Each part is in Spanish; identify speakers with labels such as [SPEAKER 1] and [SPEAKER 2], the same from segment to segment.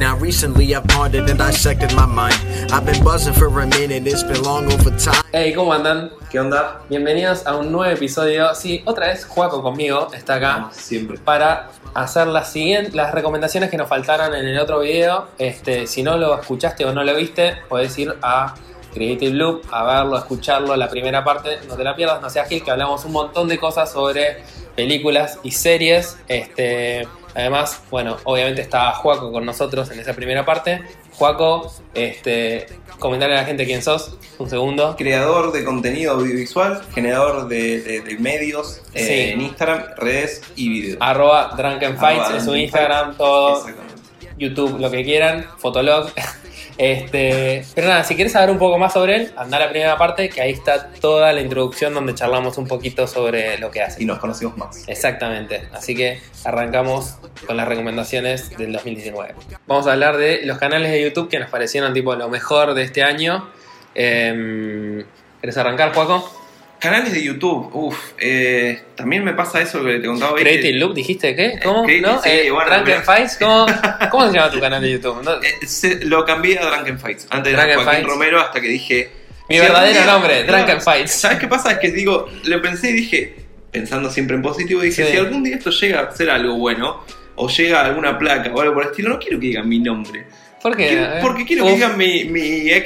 [SPEAKER 1] Now, recently I've pondered and dissected my mind. I've been buzzing for a minute, it's been long over time.
[SPEAKER 2] Hey, ¿cómo andan?
[SPEAKER 3] ¿Qué onda?
[SPEAKER 2] Bienvenidos a un nuevo episodio. Sí, otra vez Juaco conmigo está acá
[SPEAKER 3] Ah, Siempre.
[SPEAKER 2] para hacer las siguientes, las recomendaciones que nos faltaron en el otro video. Este, si no lo escuchaste o no lo viste, podés ir a Creative Loop a verlo, a escucharlo, la primera parte, no te la pierdas, no seas gil, que hablamos un montón de cosas sobre películas y series. Este, además, bueno, obviamente estaba Juaco con nosotros en esa primera parte. Juaco, este, comentarle a la gente quién sos, un segundo.
[SPEAKER 3] Creador de contenido audiovisual, generador de, de- de medios eh,
[SPEAKER 2] Sí.
[SPEAKER 3] en Instagram, redes y videos.
[SPEAKER 2] Arroba Drunken Fights
[SPEAKER 3] Arroba
[SPEAKER 2] en su
[SPEAKER 3] Drunken
[SPEAKER 2] Instagram,
[SPEAKER 3] Fights.
[SPEAKER 2] todo,
[SPEAKER 3] Exactamente.
[SPEAKER 2] YouTube, lo que quieran, Fotolog. Este, pero nada, si quieres saber un poco más sobre él, anda a la primera parte, que ahí está toda la introducción donde charlamos un poquito sobre lo que
[SPEAKER 3] Y
[SPEAKER 2] hace.
[SPEAKER 3] nos conocimos más.
[SPEAKER 2] Exactamente, así que arrancamos con las recomendaciones del 2019. Vamos a hablar de los canales de YouTube que nos parecieron tipo lo mejor de este año. Em, ¿Querés arrancar, Juaco?
[SPEAKER 3] Canales de YouTube, uff, también me pasa eso que te contaba hoy. que-
[SPEAKER 2] Creative Loop, dijiste qué? ¿Cómo?
[SPEAKER 3] Creative,
[SPEAKER 2] ¿No?
[SPEAKER 3] sí,
[SPEAKER 2] Eh,
[SPEAKER 3] bueno,
[SPEAKER 2] Drunken
[SPEAKER 3] pero-
[SPEAKER 2] Fights, ¿cómo, ¿cómo se llama tu canal de YouTube? ¿No?
[SPEAKER 3] Eh, se- lo cambié a Drunken Fights. Antes era
[SPEAKER 2] Drunken
[SPEAKER 3] Joaquín
[SPEAKER 2] Fights.
[SPEAKER 3] Romero hasta que dije.
[SPEAKER 2] Mi
[SPEAKER 3] "Si
[SPEAKER 2] verdadero
[SPEAKER 3] algún día-
[SPEAKER 2] nombre,
[SPEAKER 3] Claro,
[SPEAKER 2] Drunken Fights.
[SPEAKER 3] ¿Sabes qué pasa? Es que digo, lo pensé y dije, pensando siempre en positivo, dije,
[SPEAKER 2] Sí.
[SPEAKER 3] si algún día esto llega a ser algo bueno, o llega a alguna placa o algo por el estilo, no quiero que digan mi nombre.
[SPEAKER 2] ¿Por qué?
[SPEAKER 3] Quiero-
[SPEAKER 2] Eh,
[SPEAKER 3] Porque quiero que
[SPEAKER 2] uf,
[SPEAKER 3] digan mi, mi AKA,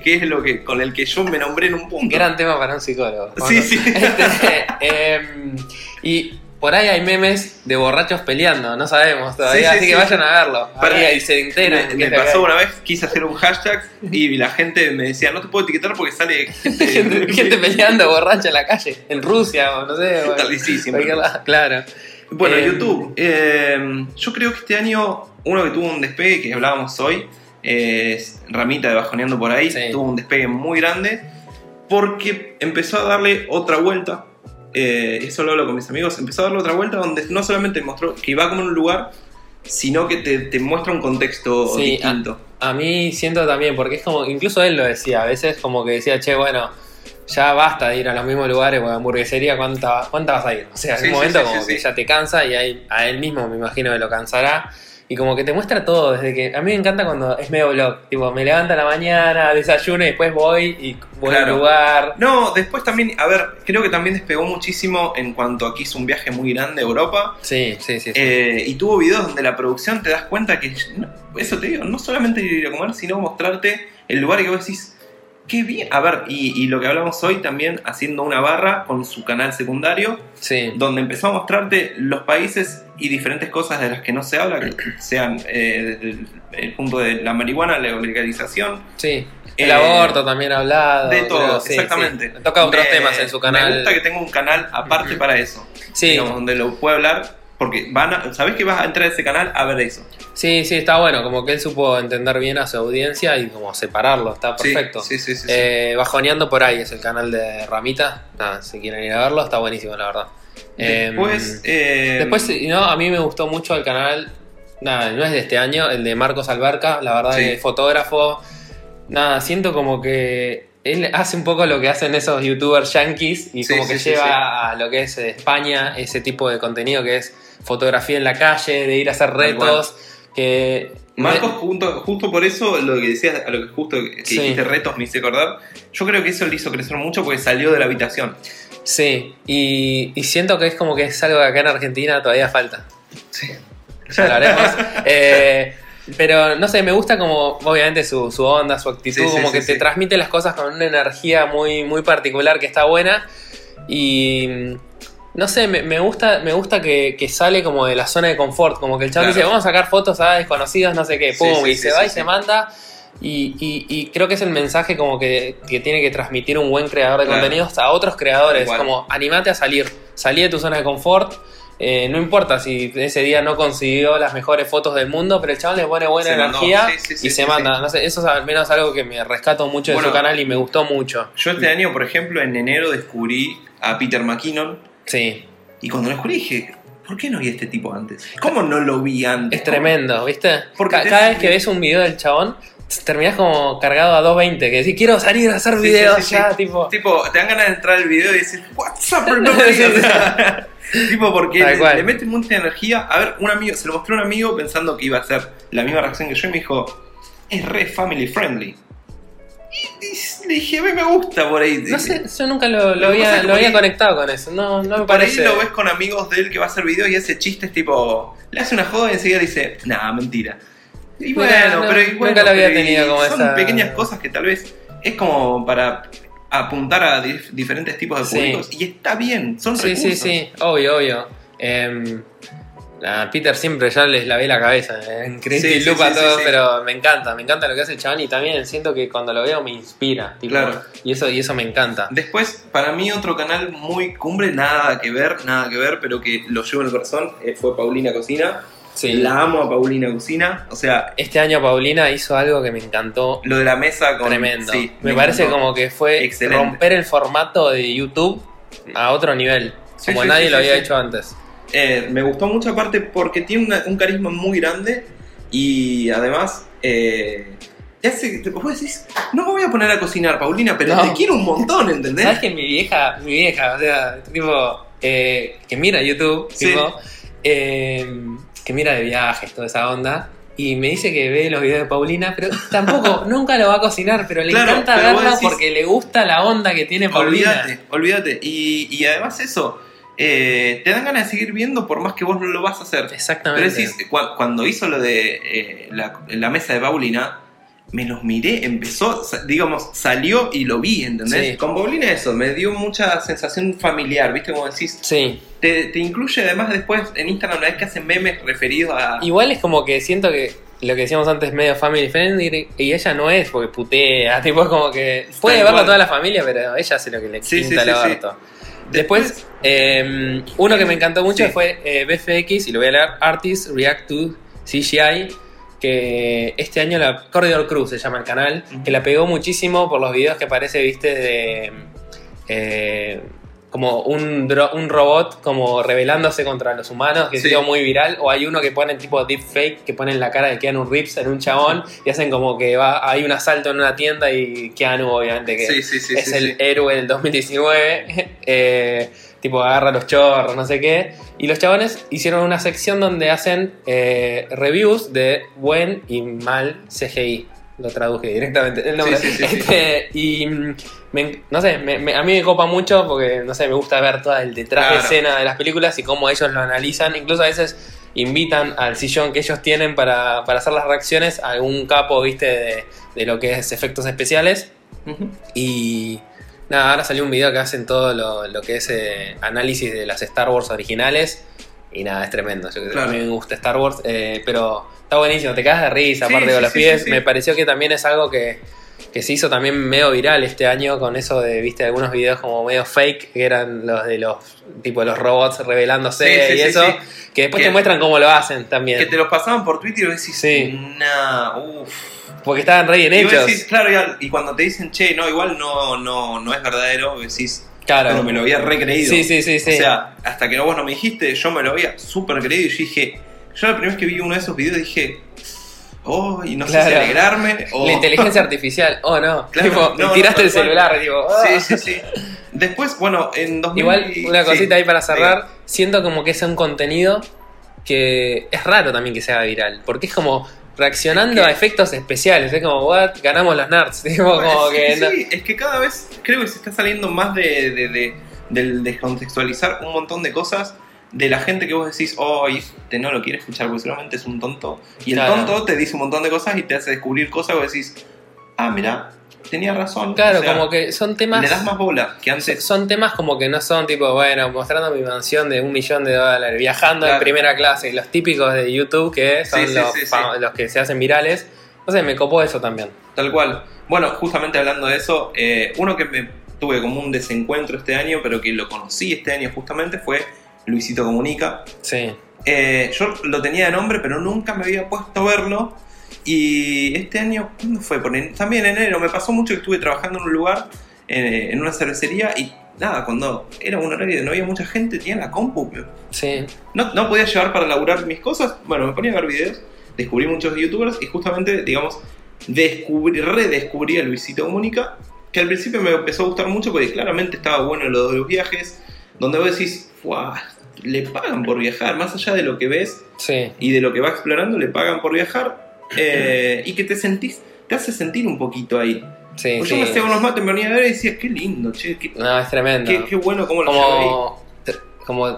[SPEAKER 3] que es lo que, con el que yo me nombré en un punto.
[SPEAKER 2] Gran tema para un psicólogo. Vamos
[SPEAKER 3] Sí,
[SPEAKER 2] a-
[SPEAKER 3] sí.
[SPEAKER 2] Este, em, y por ahí hay memes de borrachos peleando, no sabemos todavía,
[SPEAKER 3] Sí, sí,
[SPEAKER 2] así que
[SPEAKER 3] sí.
[SPEAKER 2] vayan a verlo.
[SPEAKER 3] Para-
[SPEAKER 2] Ahí ahí se enteran.
[SPEAKER 3] me,
[SPEAKER 2] qué
[SPEAKER 3] me
[SPEAKER 2] es lo que
[SPEAKER 3] pasó
[SPEAKER 2] hay.
[SPEAKER 3] una vez, quise hacer un hashtag y la gente me decía, no te puedo etiquetar porque sale
[SPEAKER 2] gente, gente peleando borracha en la calle, en Rusia o no sé. o en
[SPEAKER 3] Tal- y sí, siempre.
[SPEAKER 2] cualquier lado. Claro.
[SPEAKER 3] Bueno,
[SPEAKER 2] Eh,
[SPEAKER 3] YouTube. Eh, yo creo que este año uno que tuvo un despegue, que hablábamos hoy, eh, es Ramita de Bajoneando por ahí,
[SPEAKER 2] Sí.
[SPEAKER 3] tuvo un despegue muy grande porque empezó a darle otra vuelta. eh, eso lo hablo con mis amigos. Empezó a darle otra vuelta donde no solamente mostró que iba como en un lugar, sino que te, te muestra un contexto
[SPEAKER 2] Sí, ah.
[SPEAKER 3] distinto.
[SPEAKER 2] A mí siento también, porque es como, incluso él lo decía, a veces como que decía, che, bueno, ya basta de ir a los mismos lugares, porque hamburguesería, ¿cuánta, cuánta vas a ir? O sea, en
[SPEAKER 3] Sí,
[SPEAKER 2] un
[SPEAKER 3] sí,
[SPEAKER 2] momento
[SPEAKER 3] sí,
[SPEAKER 2] como
[SPEAKER 3] sí,
[SPEAKER 2] que
[SPEAKER 3] sí.
[SPEAKER 2] ya te cansa y ahí- a él mismo me imagino que lo cansará. Y como que te muestra todo, desde que. A mí me encanta cuando es medio blog. Tipo, me levanto a la mañana, desayuno y después voy y voy al
[SPEAKER 3] Claro.
[SPEAKER 2] lugar.
[SPEAKER 3] No, después también, a ver, creo que también despegó muchísimo en cuanto a que hizo un viaje muy grande a Europa.
[SPEAKER 2] Sí, sí, sí. sí.
[SPEAKER 3] Eh, y tuvo videos donde la producción te das cuenta que, no- eso te digo, no solamente ir a comer, sino mostrarte el lugar que vos decís, qué bien. A ver, y, y lo que hablamos hoy también haciendo una barra con su canal secundario,
[SPEAKER 2] sí.
[SPEAKER 3] donde empezó a mostrarte los países y diferentes cosas de las que no se habla, que sean eh, desde el, el punto de la marihuana, la legalización,
[SPEAKER 2] Sí. El
[SPEAKER 3] Eh,
[SPEAKER 2] aborto también ha hablado.
[SPEAKER 3] de todo,
[SPEAKER 2] creo, Ah, sí, sí.
[SPEAKER 3] exactamente.
[SPEAKER 2] Toca otros
[SPEAKER 3] Me-
[SPEAKER 2] temas en su canal.
[SPEAKER 3] Me gusta que tenga un canal aparte
[SPEAKER 2] Ujú.
[SPEAKER 3] para eso,
[SPEAKER 2] sí.
[SPEAKER 3] digamos, donde lo puede hablar. Porque van a, sabés que vas a entrar a ese canal a ver eso.
[SPEAKER 2] Sí, sí, está bueno, como que él supo entender bien a su audiencia y como separarlo, está
[SPEAKER 3] Sí,
[SPEAKER 2] perfecto.
[SPEAKER 3] Sí, sí, sí. sí.
[SPEAKER 2] Eh, Bajoneando por ahí es el canal de Ramita, nada, si quieren ir a verlo, está buenísimo, la verdad. Eh,
[SPEAKER 3] Después, eh,
[SPEAKER 2] después, si no, a mí me gustó mucho el canal, nada, no es de este año, el de Marcos Alberca, la verdad,
[SPEAKER 3] Sí.
[SPEAKER 2] que fotógrafo, nada, siento como que él hace un poco lo que hacen esos youtubers yankees y
[SPEAKER 3] Sí,
[SPEAKER 2] como que
[SPEAKER 3] sí, sí,
[SPEAKER 2] lleva
[SPEAKER 3] sí.
[SPEAKER 2] a lo que es eh, España ese tipo de contenido que es fotografía en la calle, de ir a hacer
[SPEAKER 3] Tal cual.
[SPEAKER 2] retos. Que
[SPEAKER 3] Marcos, junto- justo por eso, lo que decías, a lo que justo que
[SPEAKER 2] eh, Sí.
[SPEAKER 3] dijiste retos me hice acordar, yo creo que eso le hizo crecer mucho porque salió de la habitación.
[SPEAKER 2] Sí, y, y siento que es como que es algo que acá en Argentina todavía falta.
[SPEAKER 3] Sí.
[SPEAKER 2] Ya lo haremos. Eh, pero no sé, me gusta como, obviamente, su, su onda, su actitud,
[SPEAKER 3] Sí, sí,
[SPEAKER 2] como
[SPEAKER 3] sí,
[SPEAKER 2] que te
[SPEAKER 3] sí.
[SPEAKER 2] transmite las cosas con una energía muy, muy particular que está buena. Y mm, no sé, me, me gusta, me gusta que, que sale como de la zona de confort, como que el chaval
[SPEAKER 3] Claro.
[SPEAKER 2] dice, vamos a sacar fotos a desconocidos, no sé qué,
[SPEAKER 3] Sí,
[SPEAKER 2] pum,
[SPEAKER 3] sí,
[SPEAKER 2] y
[SPEAKER 3] sí,
[SPEAKER 2] se
[SPEAKER 3] sí,
[SPEAKER 2] va y
[SPEAKER 3] sí.
[SPEAKER 2] se manda. Y, y- y creo que es el mensaje como que, que tiene que transmitir un buen creador de
[SPEAKER 3] Claro.
[SPEAKER 2] contenidos a otros creadores,
[SPEAKER 3] Igual.
[SPEAKER 2] como animate a salir, salí de tu zona de confort, eh, no importa si ese día no consiguió las mejores fotos del mundo, pero el chaval le pone buena
[SPEAKER 3] Se mandó,
[SPEAKER 2] energía
[SPEAKER 3] sí, sí, sí,
[SPEAKER 2] y
[SPEAKER 3] sí,
[SPEAKER 2] se
[SPEAKER 3] sí.
[SPEAKER 2] manda. No sé, eso es al menos algo que me rescato mucho de
[SPEAKER 3] Bueno.
[SPEAKER 2] su canal y me gustó mucho.
[SPEAKER 3] Yo este año, por ejemplo, en enero descubrí a Peter McKinnon
[SPEAKER 2] Sí,
[SPEAKER 3] y cuando lo descubrí dije, ¿por qué no vi a este tipo antes? ¿Cómo no lo vi antes?
[SPEAKER 2] es tremendo, ¿viste?
[SPEAKER 3] Porque
[SPEAKER 2] Ca-
[SPEAKER 3] te-
[SPEAKER 2] cada vez que ves un video del chabón, terminás como cargado a 2.20, que decís, quiero salir a hacer
[SPEAKER 3] Sí,
[SPEAKER 2] videos
[SPEAKER 3] sí, sí,
[SPEAKER 2] ya,
[SPEAKER 3] sí.
[SPEAKER 2] tipo.
[SPEAKER 3] Tipo, te dan ganas de entrar al video y decir, What's up, everybody?"
[SPEAKER 2] Sí,
[SPEAKER 3] O sea, tipo, porque
[SPEAKER 2] Tal
[SPEAKER 3] le,
[SPEAKER 2] cual.
[SPEAKER 3] le meten mucha energía. A ver, un amigo, se lo mostré a un amigo pensando que iba a ser la misma reacción que yo y me dijo, es re family friendly. Y, y le dije, a mí me gusta por ahí.
[SPEAKER 2] No sé, yo nunca lo, lo
[SPEAKER 3] Lo que pasa es
[SPEAKER 2] había, lo
[SPEAKER 3] que por
[SPEAKER 2] había
[SPEAKER 3] ahí-
[SPEAKER 2] conectado con eso. No, no me
[SPEAKER 3] Por ahí
[SPEAKER 2] parece.
[SPEAKER 3] lo ves con amigos de él que va a hacer videos y hace chistes tipo, le hace una joda y enseguida dice, nah, mentira. Y
[SPEAKER 2] Mirá,
[SPEAKER 3] bueno,
[SPEAKER 2] no,
[SPEAKER 3] pero y
[SPEAKER 2] nunca
[SPEAKER 3] bueno,
[SPEAKER 2] lo había
[SPEAKER 3] pero y
[SPEAKER 2] tenido como
[SPEAKER 3] son
[SPEAKER 2] esa-
[SPEAKER 3] pequeñas cosas que tal vez es como para apuntar a dif- diferentes tipos de
[SPEAKER 2] Sí.
[SPEAKER 3] públicos y está bien, son
[SPEAKER 2] Sí, sí,
[SPEAKER 3] recursos.
[SPEAKER 2] sí, obvio, obvio. Em, a Peter siempre ya les lavé la cabeza eh, en Crazy
[SPEAKER 3] Sí, sí,
[SPEAKER 2] Loop a
[SPEAKER 3] sí, sí,
[SPEAKER 2] todo,
[SPEAKER 3] sí.
[SPEAKER 2] pero me encanta, me encanta lo que hace el chabón y también siento que cuando lo veo me inspira. tipo,
[SPEAKER 3] Claro.
[SPEAKER 2] Y eso, y eso me encanta.
[SPEAKER 3] Después, para mí otro canal muy cumbre, nada que ver, nada que ver, pero que lo llevo en el corazón, eh, fue Paulina Cocina.
[SPEAKER 2] Sí.
[SPEAKER 3] La amo a Paulina Cocina, o sea,
[SPEAKER 2] Este año Paulina hizo algo que me encantó
[SPEAKER 3] lo de la mesa con...
[SPEAKER 2] tremendo.
[SPEAKER 3] sí,
[SPEAKER 2] me parece
[SPEAKER 3] encantó.
[SPEAKER 2] como que fue
[SPEAKER 3] Excelente.
[SPEAKER 2] romper el formato de YouTube a otro nivel,
[SPEAKER 3] Sí,
[SPEAKER 2] como
[SPEAKER 3] sí,
[SPEAKER 2] nadie
[SPEAKER 3] sí,
[SPEAKER 2] lo
[SPEAKER 3] sí,
[SPEAKER 2] había
[SPEAKER 3] sí.
[SPEAKER 2] hecho antes.
[SPEAKER 3] Eh, me gustó mucho aparte porque tiene una- un carisma muy grande y además eh, te hace, te, vos decís, no me voy a poner a cocinar, Paulina, pero
[SPEAKER 2] No.
[SPEAKER 3] te quiero un montón, ¿entendés?
[SPEAKER 2] ¿Sabes que mi vieja, mi vieja, o sea, tipo, eh, que mira YouTube,
[SPEAKER 3] Sí.
[SPEAKER 2] tipo, eh, que mira de viajes, toda esa onda, y me dice que ve los videos de Paulina, pero tampoco, nunca lo va a cocinar, pero le
[SPEAKER 3] Claro,
[SPEAKER 2] encanta
[SPEAKER 3] pero vos
[SPEAKER 2] verla
[SPEAKER 3] decís-
[SPEAKER 2] porque le gusta la onda que tiene Paulina.
[SPEAKER 3] Olvídate, olvídate. Y, y además eso, eh, te dan ganas de seguir viendo por más que vos no lo vas a hacer. Pero
[SPEAKER 2] Exactamente.
[SPEAKER 3] decís, cua- cuando hizo lo de eh, la, la mesa de Paulina, me los miré, empezó, sa- digamos, salió y lo vi, ¿entendés?
[SPEAKER 2] Sí.
[SPEAKER 3] Con Paulina eso, me dio mucha sensación familiar, ¿viste? Como decís,
[SPEAKER 2] Sí,
[SPEAKER 3] Te, te incluye además después en Instagram una vez que hacen memes referidos a.
[SPEAKER 2] igual es como que siento que lo que decíamos antes medio family friendly y ella no es porque putea, tipo es como que puede
[SPEAKER 3] Tal
[SPEAKER 2] verla
[SPEAKER 3] cual.
[SPEAKER 2] toda la familia, pero ella hace lo que le
[SPEAKER 3] Sí, sí,
[SPEAKER 2] pinta el
[SPEAKER 3] sí, sí.
[SPEAKER 2] orto. Después, eh, uno que me encantó mucho
[SPEAKER 3] Sí.
[SPEAKER 2] fue eh, BFX, y lo voy a leer, Artist React to CGI, que este año la Corridor Cruz se llama el canal,
[SPEAKER 3] Ujú.
[SPEAKER 2] que la pegó muchísimo por los videos que aparece, viste, de... eh, como un, dro- un robot como rebelándose contra los humanos, que
[SPEAKER 3] Sí.
[SPEAKER 2] se hizo muy viral, o hay uno que pone tipo deepfake, que ponen la cara de Keanu Reeves en un chabón y hacen como que va, hay un asalto en una tienda y Keanu obviamente que
[SPEAKER 3] Sí, sí, sí.
[SPEAKER 2] es
[SPEAKER 3] sí,
[SPEAKER 2] el
[SPEAKER 3] sí.
[SPEAKER 2] héroe del 2019. eh, tipo, agarra los chorros, no sé qué. Y los chabones hicieron una sección donde hacen eh, reviews de buen y mal CGI. Lo traduje directamente el nombre.
[SPEAKER 3] Sí, sí, sí, sí.
[SPEAKER 2] Este, Y mm, me- no sé, me- me- a mí me copa mucho porque, no sé, me gusta ver todo el detrás de
[SPEAKER 3] Claro.
[SPEAKER 2] escena de las películas y cómo ellos lo analizan. Incluso a veces invitan al sillón que ellos tienen para, para hacer las reacciones a algún capo, viste, de- de lo que es efectos especiales.
[SPEAKER 3] Ujú.
[SPEAKER 2] Y nada, ahora salió un video que hacen todo lo, lo que es eh, análisis de las Star Wars originales. Y nada, es tremendo. Yo,
[SPEAKER 3] Claro.
[SPEAKER 2] A mí me gusta Star Wars, eh, pero está buenísimo. Te cagas de risa,
[SPEAKER 3] Sí,
[SPEAKER 2] aparte
[SPEAKER 3] sí,
[SPEAKER 2] con los
[SPEAKER 3] sí,
[SPEAKER 2] pies.
[SPEAKER 3] sí, sí.
[SPEAKER 2] Me pareció que también es algo que, que se hizo también medio viral este año con eso de, viste, algunos videos como medio fake, que eran los de los, tipo, los robots revelándose
[SPEAKER 3] Sí, sí,
[SPEAKER 2] y
[SPEAKER 3] sí,
[SPEAKER 2] eso. Que después
[SPEAKER 3] Que-
[SPEAKER 2] te muestran cómo lo hacen también.
[SPEAKER 3] Que te los pasaban por Twitter y vos decís,
[SPEAKER 2] Sí.
[SPEAKER 3] nah, uff.
[SPEAKER 2] Porque estaban re bien
[SPEAKER 3] Y vos
[SPEAKER 2] hechos.
[SPEAKER 3] decís, claro, y, y cuando te dicen, che, no, igual no, no, no es verdadero, vos decís,
[SPEAKER 2] claro.
[SPEAKER 3] pero me lo había recreído.
[SPEAKER 2] Sí, sí, sí, sí.
[SPEAKER 3] O sea, hasta que vos no me dijiste, yo me lo había súper creído y yo dije, yo la primera vez que vi uno de esos videos dije, oh, y no sé si
[SPEAKER 2] Claro.
[SPEAKER 3] alegrarme o.
[SPEAKER 2] La inteligencia artificial, oh no.
[SPEAKER 3] Claro,
[SPEAKER 2] tipo,
[SPEAKER 3] no,
[SPEAKER 2] me tiraste
[SPEAKER 3] no,
[SPEAKER 2] el
[SPEAKER 3] tal
[SPEAKER 2] celular, tipo. ah.
[SPEAKER 3] Sí, sí, sí. Después, bueno, en 2000.
[SPEAKER 2] Igual, una
[SPEAKER 3] sí.
[SPEAKER 2] cosita ahí para cerrar. Siento como que es un contenido que es raro también que sea viral. Porque es como reaccionando
[SPEAKER 3] Es que-
[SPEAKER 2] a efectos especiales. Es como, what, ganamos los nerds. Tipo,
[SPEAKER 3] Bueno,
[SPEAKER 2] como
[SPEAKER 3] sí,
[SPEAKER 2] que.
[SPEAKER 3] sí,
[SPEAKER 2] no-
[SPEAKER 3] es que cada vez creo que se está saliendo más de, de, de- del descontextualizar un montón de cosas de la gente que vos decís, oh, y este no lo quiere escuchar porque seguramente es un tonto. Y el
[SPEAKER 2] Claro.
[SPEAKER 3] tonto te dice un montón de cosas y te hace descubrir cosas que vos decís, ah, mira, tenía razón.
[SPEAKER 2] Claro,
[SPEAKER 3] O sea,
[SPEAKER 2] como que son temas.
[SPEAKER 3] Le das más bola que antes.
[SPEAKER 2] Son temas como que no son tipo, bueno, mostrando mi mansión de un millón de dólares, viajando en
[SPEAKER 3] Claro.
[SPEAKER 2] primera clase, los típicos de YouTube que son
[SPEAKER 3] Sí, sí,
[SPEAKER 2] los,
[SPEAKER 3] sí, sí.
[SPEAKER 2] fam- los que se hacen virales. No sé, me copó eso también.
[SPEAKER 3] Tal cual. Bueno, justamente hablando de eso, eh, uno que me tuve como un desencuentro este año, pero que lo conocí este año justamente, fue Luisito Comunica.
[SPEAKER 2] Sí.
[SPEAKER 3] Eh, yo lo tenía de nombre, pero nunca me había puesto a verlo. Y este año, ¿cuándo fue? Por en- también en enero. Me pasó mucho que estuve trabajando en un lugar, eh, en una cervecería, y nada, cuando era un horario de no había mucha gente, tenía la compu.
[SPEAKER 2] Sí,
[SPEAKER 3] No, no podía llevar para laburar mis cosas. Bueno, me ponía a ver videos, descubrí muchos youtubers y justamente, digamos, descubrí, redescubrí a Luisito Comunica, que al principio me empezó a gustar mucho porque claramente estaba bueno en lo de los viajes, donde vos decís, "Fuah, le pagan por viajar, más allá de lo que ves
[SPEAKER 2] Sí.
[SPEAKER 3] y de lo que va explorando, le pagan por viajar, eh, y que te sentís, te hace sentir un poquito ahí.
[SPEAKER 2] Sí,
[SPEAKER 3] Pues
[SPEAKER 2] sí.
[SPEAKER 3] Yo me hacía unos mates, me venía a ver y decía, qué lindo, che, qué,
[SPEAKER 2] No, es tremendo.
[SPEAKER 3] qué- qué bueno cómo lo lleva ahí.
[SPEAKER 2] como, tr- como,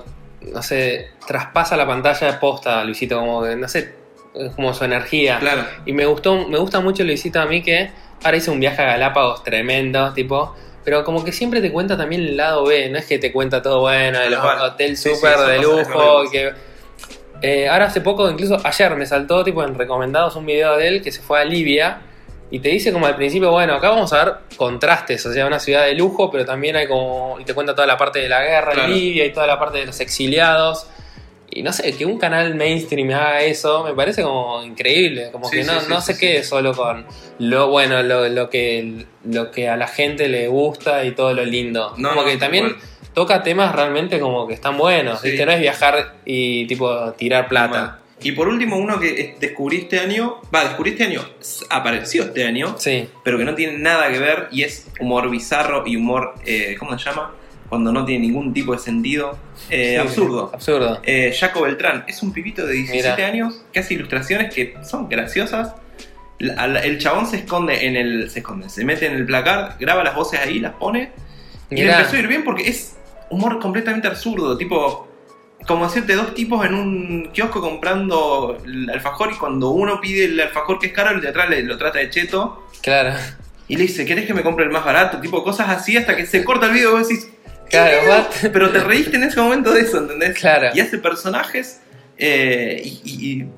[SPEAKER 2] no sé, traspasa la pantalla de posta, Luisito, como que, no sé, es como su energía.
[SPEAKER 3] Claro.
[SPEAKER 2] Y me gustó, me gusta mucho Luisito a mí que ahora hizo un viaje a Galápagos tremendo, tipo, pero como que siempre te cuenta también el lado B, no es que te cuenta todo bueno, el
[SPEAKER 3] Tal cual.
[SPEAKER 2] hotel
[SPEAKER 3] Ah, Sí, sí,
[SPEAKER 2] súper
[SPEAKER 3] eso
[SPEAKER 2] de
[SPEAKER 3] pasa, eso
[SPEAKER 2] lujo,
[SPEAKER 3] me
[SPEAKER 2] y que eh, ahora hace poco, incluso ayer me saltó tipo en recomendados un video de él que se fue a Libia y te dice como al principio, bueno, acá vamos a ver contrastes, o sea, una ciudad de lujo, pero también hay como, y te cuenta toda la parte de la guerra
[SPEAKER 3] Claro.
[SPEAKER 2] en Libia y toda la parte de los exiliados. Y no sé, que un canal mainstream haga eso, me parece como increíble, como
[SPEAKER 3] Sí,
[SPEAKER 2] que
[SPEAKER 3] sí,
[SPEAKER 2] no,
[SPEAKER 3] sí,
[SPEAKER 2] no
[SPEAKER 3] sí,
[SPEAKER 2] se
[SPEAKER 3] sí.
[SPEAKER 2] quede solo con lo bueno, lo, lo que, lo que a la gente le gusta y todo lo lindo.
[SPEAKER 3] No,
[SPEAKER 2] como
[SPEAKER 3] no,
[SPEAKER 2] que
[SPEAKER 3] tal
[SPEAKER 2] también
[SPEAKER 3] cual.
[SPEAKER 2] toca temas realmente como que están buenos,
[SPEAKER 3] Sí.
[SPEAKER 2] ¿viste? No es viajar y tipo tirar plata.
[SPEAKER 3] Y por último, uno que eh, descubrí este año, va, descubrí este año, s- apareció este año,
[SPEAKER 2] Sí,
[SPEAKER 3] pero que no tiene nada que ver y es humor bizarro y humor, eh, ¿cómo se llama? Cuando no tiene ningún tipo de sentido, eh,
[SPEAKER 2] Sí,
[SPEAKER 3] absurdo.
[SPEAKER 2] absurdo.
[SPEAKER 3] Eh, Jaco Beltrán es un pibito de 17
[SPEAKER 2] Mirá.
[SPEAKER 3] años que hace ilustraciones que son graciosas. La- al- El chabón se esconde en el. se esconde, se mete en el placard, graba las voces ahí, las pone y le
[SPEAKER 2] Mirá.
[SPEAKER 3] empezó a ir bien porque es humor completamente absurdo, tipo. Como hacerte dos tipos en un kiosco comprando el alfajor y cuando uno pide el alfajor que es caro, el de atrás le- lo trata de cheto
[SPEAKER 2] Claro,
[SPEAKER 3] y le dice, ¿querés que me compre el más barato? Tipo cosas así hasta que se corta el video y vos decís, "¿Qué
[SPEAKER 2] Eh. Claro,
[SPEAKER 3] pedo?".
[SPEAKER 2] what?
[SPEAKER 3] pero te reíste en ese momento de eso, ¿entendés?
[SPEAKER 2] Claro.
[SPEAKER 3] Y hace personajes eh, y, y, y-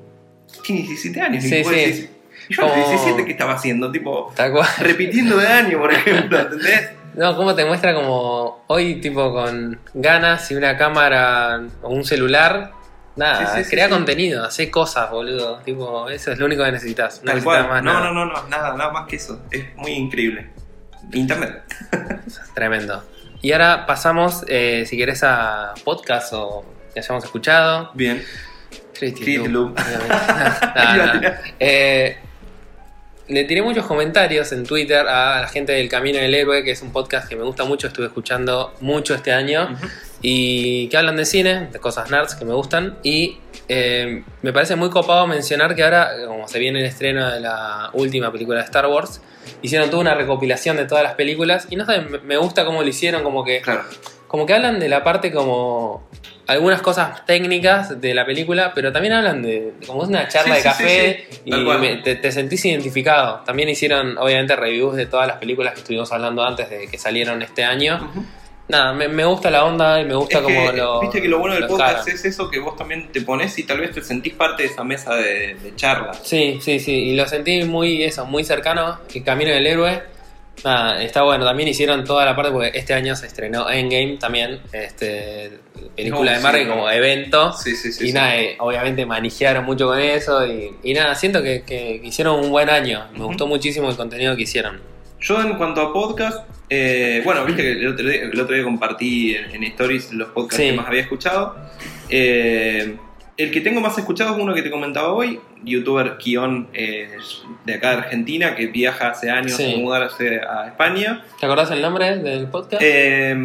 [SPEAKER 3] tiene 17 años.
[SPEAKER 2] Sí,
[SPEAKER 3] y, vos
[SPEAKER 2] sí.
[SPEAKER 3] decís, "¿Y yo a los
[SPEAKER 2] Como-
[SPEAKER 3] 17 qué estaba haciendo, tipo,
[SPEAKER 2] tal cual.
[SPEAKER 3] repitiendo de año, por ejemplo, ¿entendés?
[SPEAKER 2] No, cómo te muestra como hoy, tipo, con ganas y una cámara o un celular. Nada,
[SPEAKER 3] Sí, sí, sí,
[SPEAKER 2] crea
[SPEAKER 3] sí.
[SPEAKER 2] contenido, hace cosas, boludo. Tipo, eso es lo único que necesitas. No
[SPEAKER 3] Tal
[SPEAKER 2] necesitas
[SPEAKER 3] cual.
[SPEAKER 2] más
[SPEAKER 3] No,
[SPEAKER 2] nada.
[SPEAKER 3] no, no, no, nada, nada más que eso. Es muy increíble. Internet.
[SPEAKER 2] Tremendo. Y ahora pasamos, eh, si querés, a podcast o que hayamos escuchado.
[SPEAKER 3] Bien.
[SPEAKER 2] Creative
[SPEAKER 3] Creative
[SPEAKER 2] Loop,
[SPEAKER 3] Loop.
[SPEAKER 2] obviamente. No,
[SPEAKER 3] Iba a
[SPEAKER 2] no.
[SPEAKER 3] tirar.
[SPEAKER 2] Eh, le tiré muchos comentarios en Twitter a la gente del Camino del Héroe, que es un podcast que me gusta mucho, estuve escuchando mucho este año,
[SPEAKER 3] Ujú.
[SPEAKER 2] y que hablan de cine, de cosas nerds que me gustan, y eh, me parece muy copado mencionar que ahora, como se viene el estreno de la última película de Star Wars, hicieron toda una recopilación de todas las películas, y no sé, me- me gusta cómo lo hicieron, como que
[SPEAKER 3] Claro.
[SPEAKER 2] como que hablan de la parte como algunas cosas técnicas de la película, pero también hablan de de como es una charla
[SPEAKER 3] Sí,
[SPEAKER 2] de
[SPEAKER 3] sí,
[SPEAKER 2] café
[SPEAKER 3] sí, sí.
[SPEAKER 2] y
[SPEAKER 3] Tal cual.
[SPEAKER 2] me- te, te sentís identificado. También hicieron obviamente reviews de todas las películas que estuvimos hablando antes de que salieron este año.
[SPEAKER 3] Ujú.
[SPEAKER 2] Nada, me, me gusta la onda y me gusta
[SPEAKER 3] Es que,
[SPEAKER 2] como lo
[SPEAKER 3] Viste que lo bueno del
[SPEAKER 2] lo
[SPEAKER 3] podcast
[SPEAKER 2] encaran.
[SPEAKER 3] es eso que vos también te pones y tal vez te sentís parte de esa mesa de, de charla.
[SPEAKER 2] Sí, sí, sí, y lo sentí muy eso, muy cercano, el camino del héroe. Nada, está bueno, también hicieron toda la parte porque este año se estrenó Endgame también, este película
[SPEAKER 3] No,
[SPEAKER 2] de Marvel
[SPEAKER 3] sí,
[SPEAKER 2] como
[SPEAKER 3] no.
[SPEAKER 2] evento.
[SPEAKER 3] Sí, sí, sí.
[SPEAKER 2] y
[SPEAKER 3] sí.
[SPEAKER 2] nada, eh, obviamente manejaron mucho con eso y, y nada, siento que, que hicieron un buen año. Me
[SPEAKER 3] Ujú.
[SPEAKER 2] gustó muchísimo el contenido que hicieron.
[SPEAKER 3] Yo en cuanto a podcast, eh, bueno, viste que el otro día, el otro día compartí en, en stories los podcasts
[SPEAKER 2] Sí.
[SPEAKER 3] que más había escuchado. Eh, el que tengo más escuchado es uno que te comentaba hoy, youtuber Kion eh, de acá de Argentina, que viaja hace años
[SPEAKER 2] Sí.
[SPEAKER 3] a mudarse a España.
[SPEAKER 2] ¿Te acordás el nombre del podcast?
[SPEAKER 3] Eh,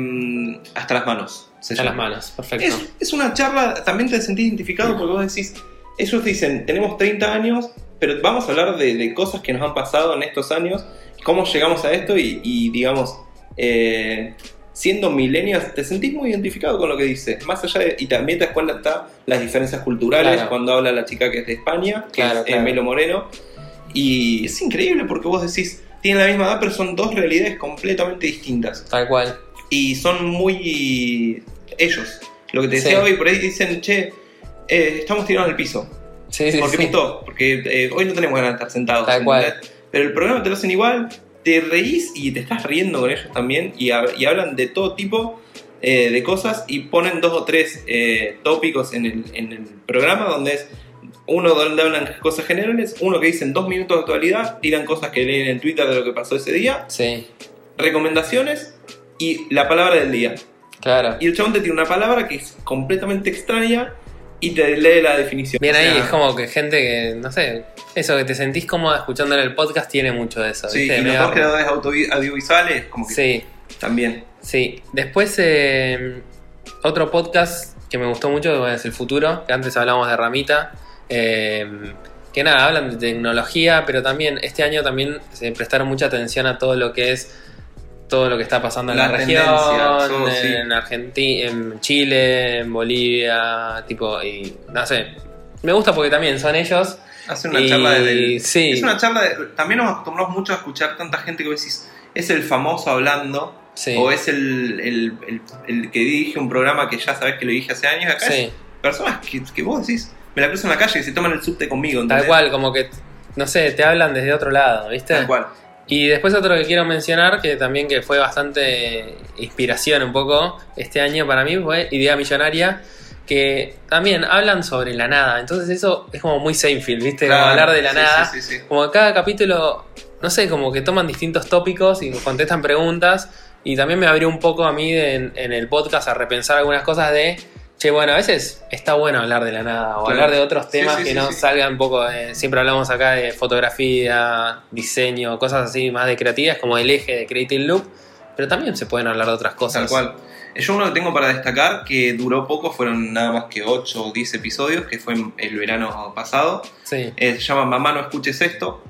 [SPEAKER 3] hasta las manos. se
[SPEAKER 2] Hasta las
[SPEAKER 3] llama.
[SPEAKER 2] manos, perfecto.
[SPEAKER 3] Es, es una charla, también te sentís identificado porque vos decís, ellos dicen, tenemos 30 años, pero vamos a hablar de, de cosas que nos han pasado en estos años, cómo llegamos a esto y, y, digamos, eh, siendo millennials, te sentís muy identificado con lo que dice. Más allá de, y también te das cuenta está las diferencias culturales
[SPEAKER 2] Claro.
[SPEAKER 3] cuando habla la chica que es de España, que
[SPEAKER 2] Claro,
[SPEAKER 3] es eh,
[SPEAKER 2] claro.
[SPEAKER 3] Melo Moreno, y es increíble porque vos decís, tienen la misma edad, pero son dos realidades completamente distintas
[SPEAKER 2] Tal cual.
[SPEAKER 3] y son muy ellos. Lo que te
[SPEAKER 2] Sí.
[SPEAKER 3] decía hoy, por ahí dicen, che, eh, estamos tirados al piso.
[SPEAKER 2] Sí, sí,
[SPEAKER 3] porque
[SPEAKER 2] sí.
[SPEAKER 3] pintó, porque eh, hoy no tenemos ganas de estar sentados.
[SPEAKER 2] Tal cual.
[SPEAKER 3] ¿entendés? Pero el programa te lo hacen igual, te reís y te estás riendo con ellos también y, hab- y hablan de todo tipo eh, de cosas y ponen dos o tres eh, tópicos en el, en el programa donde es uno donde hablan cosas generales, uno que dicen dos minutos de actualidad, tiran cosas que leen en Twitter de lo que pasó ese día,
[SPEAKER 2] Sí,
[SPEAKER 3] recomendaciones y la palabra del día.
[SPEAKER 2] claro.
[SPEAKER 3] Y el chabón te tiene una palabra que es completamente extraña y te lee la definición.
[SPEAKER 2] Bien
[SPEAKER 3] O
[SPEAKER 2] ahí,
[SPEAKER 3] sea,
[SPEAKER 2] es como que gente que, no sé, eso que te sentís cómoda escuchando en el podcast tiene mucho de eso.
[SPEAKER 3] Sí,
[SPEAKER 2] ¿viste?
[SPEAKER 3] y los
[SPEAKER 2] Medio-
[SPEAKER 3] dos creadores autovi- audiovisuales, como que
[SPEAKER 2] sí,
[SPEAKER 3] también.
[SPEAKER 2] sí. Después, eh, otro podcast que me gustó mucho bueno, es El Futuro, que antes hablábamos de Ramita. eh, que nada, hablan de tecnología, pero también este año también se prestaron mucha atención a todo lo que es todo lo que está pasando en la,
[SPEAKER 3] La
[SPEAKER 2] región,
[SPEAKER 3] tendencia, todo, sí.
[SPEAKER 2] en Argentina, en Chile, en Bolivia, tipo, y no sé. Me gusta porque también son ellos
[SPEAKER 3] Hace una
[SPEAKER 2] Y-
[SPEAKER 3] charla de...
[SPEAKER 2] sí.
[SPEAKER 3] Es una charla de... También nos acostumbramos mucho a escuchar tanta gente que vos decís, es el famoso hablando,
[SPEAKER 2] Sí.
[SPEAKER 3] o es el, el- el- el que dirige un programa que ya sabés que lo dirige hace años. Acá es
[SPEAKER 2] sí,
[SPEAKER 3] personas que, que vos decís, me la cruzo en la calle y se toman el subte conmigo.
[SPEAKER 2] tal
[SPEAKER 3] ¿entendés?
[SPEAKER 2] cual, como que, no sé, te hablan desde otro lado, ¿viste?
[SPEAKER 3] Tal cual.
[SPEAKER 2] Y después otro que quiero mencionar, que también que fue bastante inspiración un poco este año para mí, fue Idea Millonaria, que también hablan sobre la nada, entonces eso es como muy Seinfeld, ¿viste? como
[SPEAKER 3] Claro,
[SPEAKER 2] hablar de la
[SPEAKER 3] sí,
[SPEAKER 2] nada.
[SPEAKER 3] sí, sí, sí.
[SPEAKER 2] Como que cada capítulo, no sé, como que toman distintos tópicos y contestan preguntas. Y también me abrió un poco a mí de- en, en el podcast a repensar algunas cosas de, che, bueno, a veces está bueno hablar de la nada o
[SPEAKER 3] Claro.
[SPEAKER 2] hablar de otros
[SPEAKER 3] Sí,
[SPEAKER 2] temas
[SPEAKER 3] sí,
[SPEAKER 2] que
[SPEAKER 3] sí,
[SPEAKER 2] no
[SPEAKER 3] sí.
[SPEAKER 2] salgan un poco de- siempre hablamos acá de fotografía, diseño, cosas así más de creativas, como el eje de Creative Loop. Pero también se pueden hablar de otras cosas.
[SPEAKER 3] Tal cual. Yo uno que tengo para destacar, que duró poco, fueron nada más que 8 o 10 episodios, que fue en- el verano pasado.
[SPEAKER 2] Sí.
[SPEAKER 3] Eh, se llama Mamá no escuches esto.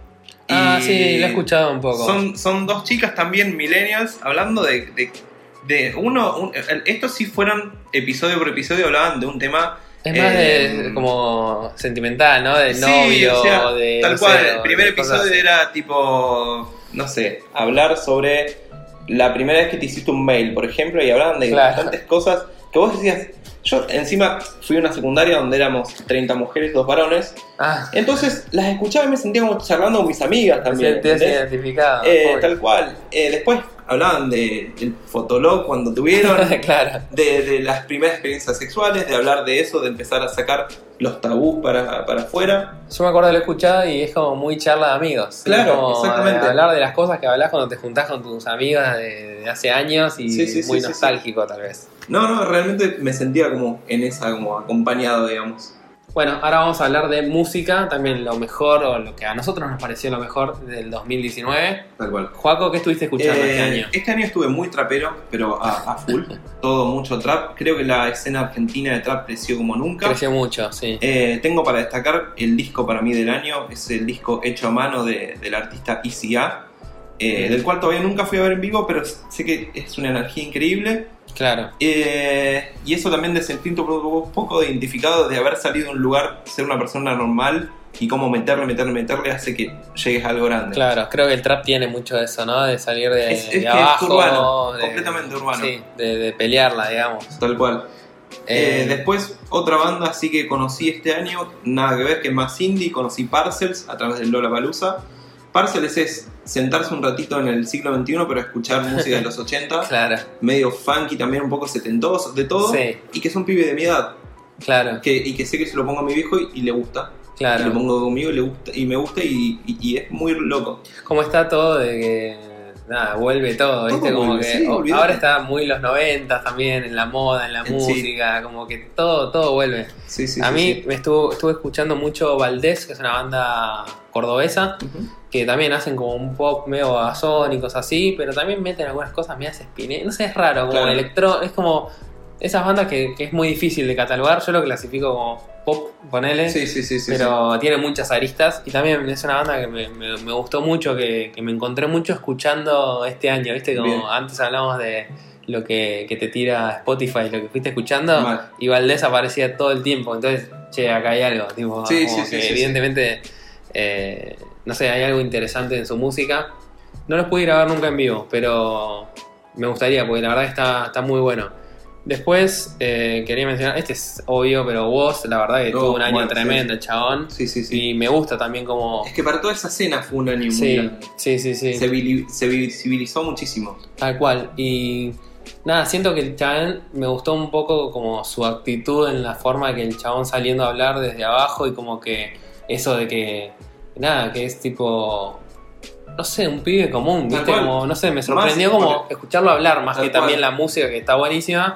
[SPEAKER 2] Ah,
[SPEAKER 3] Y
[SPEAKER 2] sí, lo he escuchado un poco.
[SPEAKER 3] Son, son dos chicas también millennials hablando de, de- de uno... un- el- estos sí fueron episodio por episodio, hablaban de un tema...
[SPEAKER 2] es más de
[SPEAKER 3] eh,
[SPEAKER 2] como sentimental, ¿no? De
[SPEAKER 3] Sí,
[SPEAKER 2] novio,
[SPEAKER 3] o sea,
[SPEAKER 2] de.
[SPEAKER 3] Tal
[SPEAKER 2] no sé,
[SPEAKER 3] cual,
[SPEAKER 2] o
[SPEAKER 3] el primer
[SPEAKER 2] de cosas
[SPEAKER 3] episodio
[SPEAKER 2] así.
[SPEAKER 3] era tipo, no sé, hablar sobre la primera vez que te hiciste un mail, por ejemplo, y hablaban de
[SPEAKER 2] Claro.
[SPEAKER 3] bastantes cosas que vos decías, yo encima fui a una secundaria donde éramos 30 mujeres, dos varones,
[SPEAKER 2] Ah.
[SPEAKER 3] entonces las escuchaba y me sentía como charlando con mis amigas también.
[SPEAKER 2] Te sientes
[SPEAKER 3] ¿entendés?
[SPEAKER 2] identificado.
[SPEAKER 3] Eh,
[SPEAKER 2] pobre.
[SPEAKER 3] tal cual. Eh, después hablaban de- del fotolog cuando tuvieron,
[SPEAKER 2] claro.
[SPEAKER 3] de, de las primeras experiencias sexuales, de hablar de eso, de empezar a sacar los tabús para, para afuera.
[SPEAKER 2] Yo me acuerdo de lo escuchado y es como muy charla de amigos.
[SPEAKER 3] Claro,
[SPEAKER 2] Es como
[SPEAKER 3] exactamente.
[SPEAKER 2] de hablar de las cosas que hablas cuando te juntás con tus amigas de, de hace años y
[SPEAKER 3] Sí, sí, sí,
[SPEAKER 2] muy
[SPEAKER 3] sí, sí.
[SPEAKER 2] nostálgico tal vez.
[SPEAKER 3] No, no, realmente me sentía como en esa, como acompañado, digamos.
[SPEAKER 2] Bueno, ahora vamos a hablar de música, también lo mejor o lo que a nosotros nos pareció lo mejor del 2019.
[SPEAKER 3] Tal cual.
[SPEAKER 2] Juaco, ¿qué estuviste escuchando
[SPEAKER 3] Eh,
[SPEAKER 2] este año?
[SPEAKER 3] estuve muy trapero, pero a, a full. Todo mucho trap. Creo que la escena argentina de trap creció como nunca.
[SPEAKER 2] Creció mucho, sí.
[SPEAKER 3] Eh, tengo para destacar el disco para mí del año, es el disco hecho a mano de- del artista ICA,
[SPEAKER 2] Mm.
[SPEAKER 3] eh, del cual todavía nunca fui a ver en vivo, pero sé que es una energía increíble.
[SPEAKER 2] Claro.
[SPEAKER 3] Eh, y eso también de sentirte un poco, un poco identificado de haber salido de un lugar, ser una persona normal y cómo meterle, meterle, meterle hace que llegues a algo grande.
[SPEAKER 2] Claro, creo que el trap tiene mucho de eso, ¿no? De salir de,
[SPEAKER 3] Es- es
[SPEAKER 2] de
[SPEAKER 3] que es
[SPEAKER 2] abajo.
[SPEAKER 3] urbano,
[SPEAKER 2] de-
[SPEAKER 3] completamente urbano.
[SPEAKER 2] Sí, de, de pelearla, digamos.
[SPEAKER 3] Tal cual. Eh,
[SPEAKER 2] Eh,
[SPEAKER 3] después, otra banda así que conocí este año, nada que ver, que es más indie, conocí Parcels a través del Lola Palusa. Parcels es sentarse un ratito en el siglo XXI, pero escuchar música de los 80,
[SPEAKER 2] Claro,
[SPEAKER 3] medio funky también, un poco setentoso, de todo,
[SPEAKER 2] Sí.
[SPEAKER 3] y que es un pibe de mi edad,
[SPEAKER 2] claro,
[SPEAKER 3] que, y que sé que se lo pongo a mi viejo y- y le gusta. Y Ah, lo
[SPEAKER 2] claro.
[SPEAKER 3] pongo conmigo y, le gusta, y me gusta y, y- y es muy loco.
[SPEAKER 2] ¿Cómo está todo de que nada, vuelve todo,
[SPEAKER 3] Todo
[SPEAKER 2] viste? Como
[SPEAKER 3] vuelve,
[SPEAKER 2] que
[SPEAKER 3] sí,
[SPEAKER 2] oh,
[SPEAKER 3] olvídate.
[SPEAKER 2] ahora está muy los 90 también en la moda, en la
[SPEAKER 3] En sí.
[SPEAKER 2] música, como que todo todo vuelve.
[SPEAKER 3] Sí, sí,
[SPEAKER 2] A
[SPEAKER 3] sí,
[SPEAKER 2] mí
[SPEAKER 3] sí.
[SPEAKER 2] me estuvo estuve escuchando mucho Valdés, que es una banda cordobesa
[SPEAKER 3] Ujú.
[SPEAKER 2] que también hacen como un pop medio basónicos así, pero también meten algunas cosas medias espine, no sé, es raro, como
[SPEAKER 3] Claro.
[SPEAKER 2] electro, es como esas bandas que, que es muy difícil de catalogar, yo lo clasifico como pop, ponele.
[SPEAKER 3] Sí, sí, sí, sí,
[SPEAKER 2] pero tiene muchas aristas y también es una banda que me, me- me gustó mucho, que, que me encontré mucho escuchando este año, ¿viste? Como
[SPEAKER 3] Bien.
[SPEAKER 2] antes hablamos de lo que, que te tira Spotify, lo que fuiste escuchando,
[SPEAKER 3] Mal.
[SPEAKER 2] y Valdés aparecía todo el tiempo, entonces, che, acá hay algo, tipo,
[SPEAKER 3] Sí,
[SPEAKER 2] como
[SPEAKER 3] sí, sí,
[SPEAKER 2] que
[SPEAKER 3] sí,
[SPEAKER 2] evidentemente, eh, no sé, hay algo interesante en su música. No los pude grabar nunca en vivo, pero me gustaría, porque la verdad que está, está muy bueno. Después eh, quería mencionar, este es obvio, pero vos, la verdad que
[SPEAKER 3] Oh,
[SPEAKER 2] tuvo un año
[SPEAKER 3] bueno,
[SPEAKER 2] tremendo, el chabón.
[SPEAKER 3] sí. sí, sí, sí.
[SPEAKER 2] Y me gusta también como...
[SPEAKER 3] Es que para toda esa escena fue un año muy
[SPEAKER 2] Sí,
[SPEAKER 3] grande.
[SPEAKER 2] sí, sí, sí,
[SPEAKER 3] Se, vili- se visibilizó muchísimo.
[SPEAKER 2] tal cual. Y nada, siento que el chabón me gustó un poco como su actitud en la forma que el chabón saliendo a hablar desde abajo y como que eso de que, nada, que es tipo... No sé, un pibe común,
[SPEAKER 3] Tal
[SPEAKER 2] ¿viste?
[SPEAKER 3] cual.
[SPEAKER 2] Como, no sé, me sorprendió
[SPEAKER 3] Más,
[SPEAKER 2] como escucharlo hablar, más
[SPEAKER 3] Tal
[SPEAKER 2] que también
[SPEAKER 3] cual.
[SPEAKER 2] la música que está buenísima.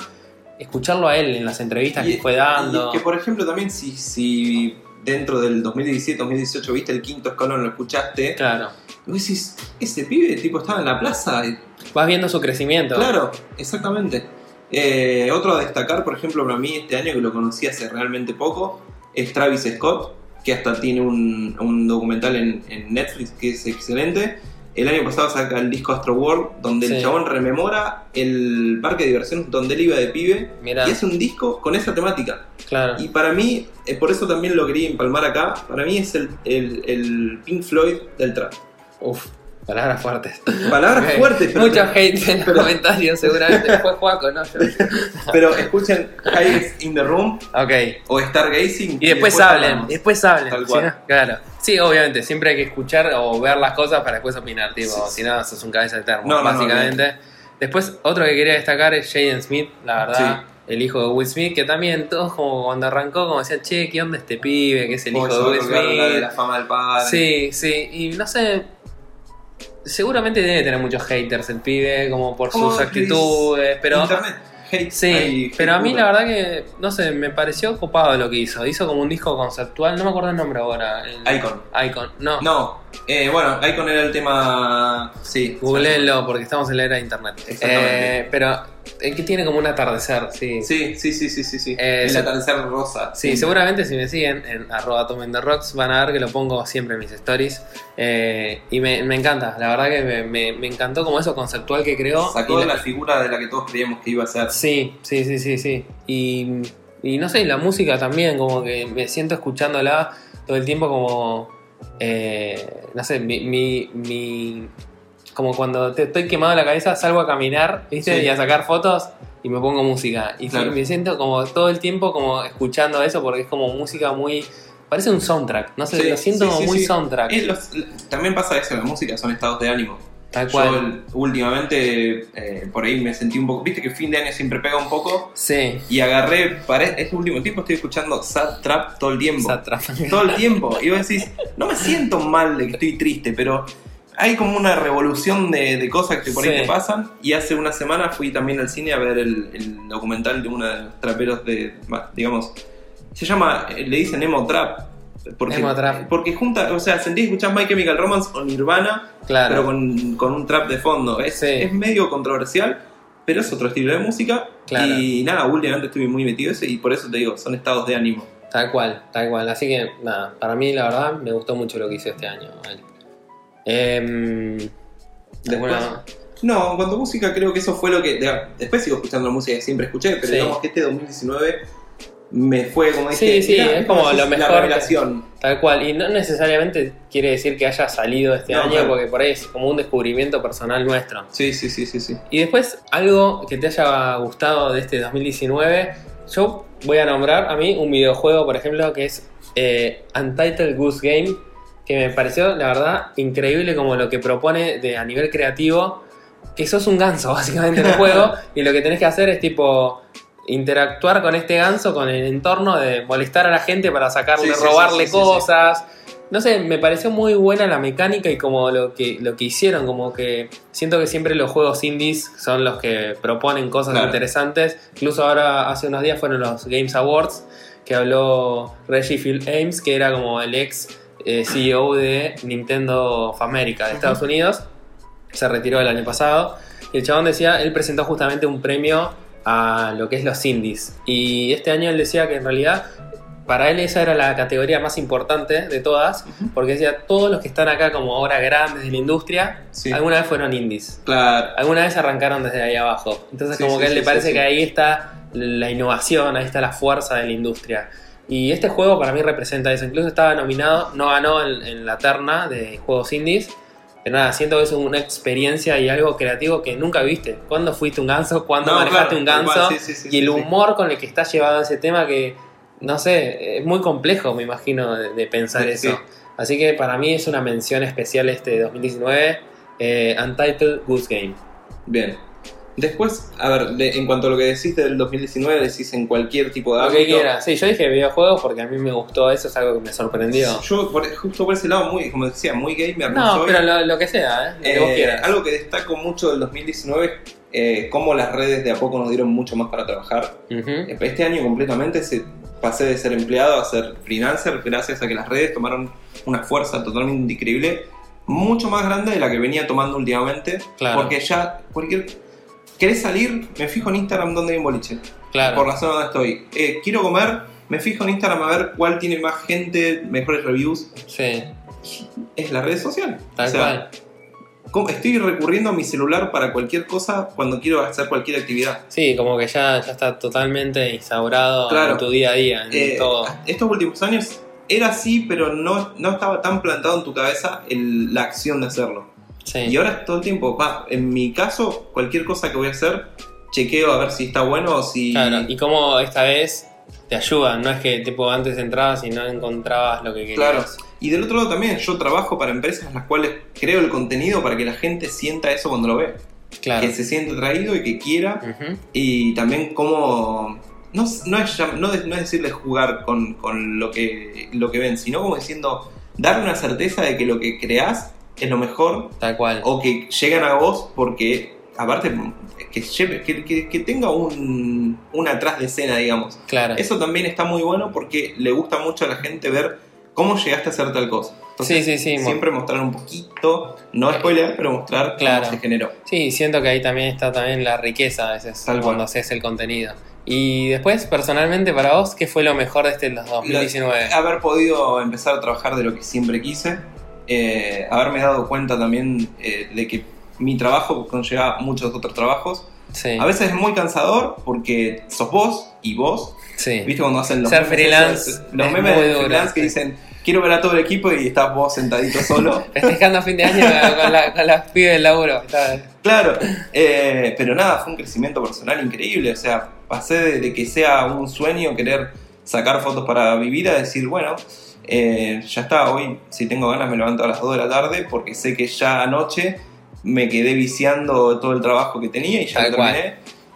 [SPEAKER 2] escucharlo a él en las entrevistas
[SPEAKER 3] Y-
[SPEAKER 2] que fue dando.
[SPEAKER 3] y que por ejemplo también si, si dentro del 2017-2018 viste el quinto escalón, lo escuchaste,
[SPEAKER 2] Claro.
[SPEAKER 3] y vos decís, ese pibe tipo estaba en la plaza. y-
[SPEAKER 2] Vas viendo su crecimiento.
[SPEAKER 3] Claro, exactamente. Eh, otro a destacar, por ejemplo, para mí este año que lo conocí hace realmente poco, es Travis Scott, que hasta tiene un, un documental en, en Netflix que es excelente. El año pasado saca el disco Astro World, donde el
[SPEAKER 2] Sí.
[SPEAKER 3] chabón rememora el parque de diversión donde él iba de pibe
[SPEAKER 2] Mira,
[SPEAKER 3] y hace un disco con esa temática.
[SPEAKER 2] claro.
[SPEAKER 3] Y para mí, eh, por eso también lo quería empalmar acá, para mí es el, el- el Pink Floyd del trap.
[SPEAKER 2] Uf, palabras fuertes.
[SPEAKER 3] Palabras
[SPEAKER 2] Ok.
[SPEAKER 3] fuertes, pero,
[SPEAKER 2] Mucha hate en los comentarios, seguramente. Fue Juaco, ¿no? Yo-
[SPEAKER 3] pero escuchen Highest in the Room
[SPEAKER 2] ok.
[SPEAKER 3] o Stargazing.
[SPEAKER 2] Y después hablen,
[SPEAKER 3] hablamos.
[SPEAKER 2] después hablen.
[SPEAKER 3] Tal
[SPEAKER 2] si
[SPEAKER 3] cual.
[SPEAKER 2] no- claro. Sí, obviamente, siempre hay que escuchar o ver las cosas para después opinar, tipo,
[SPEAKER 3] Sí,
[SPEAKER 2] si
[SPEAKER 3] sí.
[SPEAKER 2] no, sos un cabeza de termo,
[SPEAKER 3] No, no, no,
[SPEAKER 2] básicamente. Después, otro que quería destacar es Jaden Smith, la verdad, el hijo de Will Smith, que también todos como cuando arrancó, como decían, che, ¿qué onda este pibe? Que es el
[SPEAKER 3] Oh,
[SPEAKER 2] hijo
[SPEAKER 3] se
[SPEAKER 2] de
[SPEAKER 3] va a
[SPEAKER 2] Will
[SPEAKER 3] colgar la de
[SPEAKER 2] Smith.
[SPEAKER 3] la fama del padre.
[SPEAKER 2] Sí, sí, y no sé. Seguramente debe tener muchos haters el pibe, como por
[SPEAKER 3] Como
[SPEAKER 2] sus
[SPEAKER 3] Chris
[SPEAKER 2] actitudes, pero.
[SPEAKER 3] Internet. hate,
[SPEAKER 2] Sí,
[SPEAKER 3] hay hate
[SPEAKER 2] pero a mí
[SPEAKER 3] puro.
[SPEAKER 2] la verdad que, no sé, me pareció copado lo que hizo. Hizo como un disco conceptual, no me acuerdo el nombre ahora. el-
[SPEAKER 3] Icon.
[SPEAKER 2] Icon, no.
[SPEAKER 3] No, eh, bueno, Icon era el tema. Sí.
[SPEAKER 2] Googleenlo porque estamos en la era de internet.
[SPEAKER 3] Exactamente.
[SPEAKER 2] Eh, pero el que tiene como un atardecer, sí.
[SPEAKER 3] Sí, sí, sí, sí, sí. sí.
[SPEAKER 2] Eh,
[SPEAKER 3] el
[SPEAKER 2] se-
[SPEAKER 3] atardecer rosa.
[SPEAKER 2] Sí, seguramente si me siguen en arroba tomen the rocks van a ver que lo pongo siempre en mis stories. Eh, y me, me encanta, la verdad que me, me- me encantó como eso conceptual que creó.
[SPEAKER 3] Sacó
[SPEAKER 2] Y
[SPEAKER 3] la figura de la que todos creíamos que iba a ser.
[SPEAKER 2] Sí, sí, sí, sí, sí. Y, y no sé, y la música también, como que me siento escuchándola todo el tiempo como, eh, no sé, mi, mi, mi- como cuando te estoy quemado la cabeza, salgo a caminar, ¿viste?
[SPEAKER 3] Sí.
[SPEAKER 2] Y a sacar fotos y me pongo música. Y sí,
[SPEAKER 3] Claro.
[SPEAKER 2] me siento como todo el tiempo como escuchando eso porque es como música muy... Parece un soundtrack, no sé,
[SPEAKER 3] Sí,
[SPEAKER 2] lo siento
[SPEAKER 3] sí,
[SPEAKER 2] como
[SPEAKER 3] sí,
[SPEAKER 2] muy
[SPEAKER 3] sí.
[SPEAKER 2] soundtrack,
[SPEAKER 3] Eh, los- también pasa eso en la música, son estados de ánimo.
[SPEAKER 2] tal
[SPEAKER 3] Yo
[SPEAKER 2] cual.
[SPEAKER 3] el- últimamente eh, por ahí me sentí un poco. Viste que fin de año siempre pega un poco.
[SPEAKER 2] Sí,
[SPEAKER 3] Y agarré, para este último tiempo estoy escuchando Sad Trap todo el tiempo.
[SPEAKER 2] soundtrack.
[SPEAKER 3] Todo el tiempo. Y vos decís, no me siento mal de que estoy triste, pero hay como una revolución de, de cosas que por ahí
[SPEAKER 2] Sí.
[SPEAKER 3] te pasan. Y hace una semana fui también al cine a ver el, el documental de uno de los traperos de. bah, digamos. Se llama. eh, Le dicen Emo Trap. Porque,
[SPEAKER 2] Emo Trap.
[SPEAKER 3] porque junta, o sea, sentís que escuchás My Chemical Romance o Nirvana, pero
[SPEAKER 2] Claro,
[SPEAKER 3] con, con un trap de fondo. Es,
[SPEAKER 2] Sí.
[SPEAKER 3] es medio controversial, pero es otro estilo de música.
[SPEAKER 2] Claro.
[SPEAKER 3] Y nada, últimamente estuve muy metido en eso y por eso te digo, son estados de ánimo.
[SPEAKER 2] Tal cual, tal cual. Así que nada, para mí la verdad me gustó mucho lo que hizo este año. él. Em,
[SPEAKER 3] Después-
[SPEAKER 2] alguna-
[SPEAKER 3] No, en cuanto a música creo que eso fue lo que... de- Después sigo escuchando la música que siempre escuché, pero
[SPEAKER 2] Sí.
[SPEAKER 3] digamos que este 2019 me fue como
[SPEAKER 2] Sí,
[SPEAKER 3] dije...
[SPEAKER 2] sí,
[SPEAKER 3] "Mirá,
[SPEAKER 2] es como
[SPEAKER 3] esa
[SPEAKER 2] lo mejor
[SPEAKER 3] La
[SPEAKER 2] que-
[SPEAKER 3] revelación.
[SPEAKER 2] tal cual. Y no necesariamente quiere decir que haya salido este
[SPEAKER 3] No,
[SPEAKER 2] año,
[SPEAKER 3] claro.
[SPEAKER 2] porque por ahí es como un descubrimiento personal nuestro.
[SPEAKER 3] Sí, sí, sí, sí, sí.
[SPEAKER 2] Y después, algo que te haya gustado de este 2019, yo voy a nombrar a mí un videojuego, por ejemplo, que es eh, Untitled Goose Game, que me pareció, la verdad, increíble como lo que propone de, a nivel creativo, que sos un ganso, básicamente, en el juego, y lo que tenés que hacer es tipo interactuar con este ganso, con el entorno, de molestar a la gente para sacarle,
[SPEAKER 3] Sí, sí, sí,
[SPEAKER 2] robarle
[SPEAKER 3] sí, sí, sí.
[SPEAKER 2] cosas. No sé, me pareció muy buena la mecánica y como lo que, lo que hicieron, como que siento que siempre los juegos indies son los que proponen cosas
[SPEAKER 3] Claro.
[SPEAKER 2] interesantes. Incluso ahora, hace unos días fueron los Games Awards, que habló Reggie Phil Ames, que era como el ex eh, CEO de Nintendo of America de Estados Unidos. Se retiró el año pasado. Y el chabón decía, él presentó justamente un premio a lo que es los indies. Y este año él decía que en realidad para él esa era la categoría más importante de todas, porque decía, todos los que están acá como ahora grandes de la industria,
[SPEAKER 3] Sí.
[SPEAKER 2] alguna vez fueron indies.
[SPEAKER 3] Claro.
[SPEAKER 2] Alguna vez arrancaron desde ahí abajo. Entonces
[SPEAKER 3] Sí,
[SPEAKER 2] como
[SPEAKER 3] sí,
[SPEAKER 2] que a él
[SPEAKER 3] sí,
[SPEAKER 2] le parece
[SPEAKER 3] sí, sí.
[SPEAKER 2] que ahí está la innovación, ahí está la fuerza de la industria. Y este juego para mí representa eso. Incluso estaba nominado, no ganó en, en la terna de juegos indies. Pero nada, siento que es una experiencia y algo creativo que nunca viste. ¿Cuándo fuiste un ganso? ¿Cuándo
[SPEAKER 3] No,
[SPEAKER 2] manejaste
[SPEAKER 3] claro,
[SPEAKER 2] un
[SPEAKER 3] tal
[SPEAKER 2] ganso?
[SPEAKER 3] cual, sí, sí, sí,
[SPEAKER 2] y el
[SPEAKER 3] sí, sí.
[SPEAKER 2] humor con el que está llevado ese tema que, no sé, es muy complejo, me imagino, de, de pensar
[SPEAKER 3] Sí,
[SPEAKER 2] eso.
[SPEAKER 3] sí.
[SPEAKER 2] Así que para mí es una mención especial este 2019, eh, Untitled Goose Game.
[SPEAKER 3] Bien. Después, a ver, de- en cuanto a lo que decís del 2019, decís en cualquier tipo de
[SPEAKER 2] Lo
[SPEAKER 3] ámbito.
[SPEAKER 2] que quieras. Sí, yo dije videojuegos porque a mí me gustó eso, es algo que me sorprendió.
[SPEAKER 3] Yo, por- justo por ese lado, muy, como decía, muy gamer.
[SPEAKER 2] No,
[SPEAKER 3] soy.
[SPEAKER 2] pero lo, lo que sea, ¿eh? Lo que
[SPEAKER 3] Eh,
[SPEAKER 2] vos quieras.
[SPEAKER 3] Algo que destaco mucho del 2019 es eh, cómo las redes de a poco nos dieron mucho más para trabajar.
[SPEAKER 2] Ujú.
[SPEAKER 3] Este año completamente se, pasé de ser empleado a ser freelancer gracias a que las redes tomaron una fuerza totalmente increíble, mucho más grande de la que venía tomando últimamente.
[SPEAKER 2] Claro.
[SPEAKER 3] Porque ya cualquier... ¿Querés salir? Me fijo en Instagram donde hay un boliche
[SPEAKER 2] Claro.
[SPEAKER 3] por la zona donde estoy. Eh, quiero comer, me fijo en Instagram a ver cuál tiene más gente, mejores reviews.
[SPEAKER 2] Sí,
[SPEAKER 3] Es la red social.
[SPEAKER 2] tal
[SPEAKER 3] O sea,
[SPEAKER 2] cual.
[SPEAKER 3] ¿cómo- Estoy recurriendo a mi celular para cualquier cosa cuando quiero hacer cualquier actividad.
[SPEAKER 2] Sí, como que ya, ya está totalmente instaurado
[SPEAKER 3] Claro.
[SPEAKER 2] en tu día a día, en
[SPEAKER 3] Eh,
[SPEAKER 2] todo.
[SPEAKER 3] Estos últimos años era así, pero no, no estaba tan plantado en tu cabeza el- la acción de hacerlo. Y
[SPEAKER 2] Sí.
[SPEAKER 3] ahora es todo el tiempo, va, en mi caso, cualquier cosa que voy a hacer, chequeo a ver si está bueno o si...
[SPEAKER 2] Claro, y como esta vez te ayudan, no es que tipo antes entrabas y no encontrabas lo que querías.
[SPEAKER 3] Claro. Y del otro lado también, yo trabajo para empresas en las cuales creo el contenido para que la gente sienta eso cuando lo ve.
[SPEAKER 2] Claro.
[SPEAKER 3] Que se sienta atraído y que quiera.
[SPEAKER 2] Ujú.
[SPEAKER 3] Y también cómo... No, es- no es, llam- no, de- no es decirle jugar con, con lo, que, lo que ven, sino como diciendo, dar una certeza de que lo que creás es lo mejor
[SPEAKER 2] Tal cual.
[SPEAKER 3] o que llegan a vos porque, aparte, que, lleve- que, que- que tenga un, un atrás de escena, digamos.
[SPEAKER 2] Claro.
[SPEAKER 3] Eso también está muy bueno porque le gusta mucho a la gente ver cómo llegaste a hacer tal cosa.
[SPEAKER 2] Sí,
[SPEAKER 3] Entonces,
[SPEAKER 2] sí, sí. mo- Eh,
[SPEAKER 3] siempre mostrar un poquito, no spoiler, pero mostrar
[SPEAKER 2] Claro.
[SPEAKER 3] cómo se generó.
[SPEAKER 2] Sí, siento que ahí también está también la riqueza a veces
[SPEAKER 3] Tal cual.
[SPEAKER 2] cuando haces el contenido. Y después, personalmente, para vos, ¿qué fue lo mejor de este 2019?
[SPEAKER 3] Haber podido empezar a trabajar de lo que siempre quise, eh, haberme dado cuenta también eh, de que mi trabajo conlleva muchos otros trabajos.
[SPEAKER 2] Sí,
[SPEAKER 3] A veces es muy cansador porque sos vos y vos.
[SPEAKER 2] sí,
[SPEAKER 3] ¿Viste cuando hacen los
[SPEAKER 2] Ser
[SPEAKER 3] memes esos?
[SPEAKER 2] freelance
[SPEAKER 3] los
[SPEAKER 2] es
[SPEAKER 3] memes
[SPEAKER 2] muy
[SPEAKER 3] de
[SPEAKER 2] duro,
[SPEAKER 3] freelance que
[SPEAKER 2] sí.
[SPEAKER 3] dicen quiero ver a todo el equipo y estás vos sentadito solo?
[SPEAKER 2] Festejando a fin de año con, la, con las pibes del laburo. Está-
[SPEAKER 3] Claro, eh, pero nada, fue un crecimiento personal increíble. O sea, pasé de, de que sea un sueño querer sacar fotos para vivir a decir, bueno, eh, ya está, hoy si tengo ganas me levanto a las 2 de la tarde porque sé que ya anoche me quedé viciando todo el trabajo que tenía y ya
[SPEAKER 2] Tal
[SPEAKER 3] lo
[SPEAKER 2] cual.
[SPEAKER 3] terminé.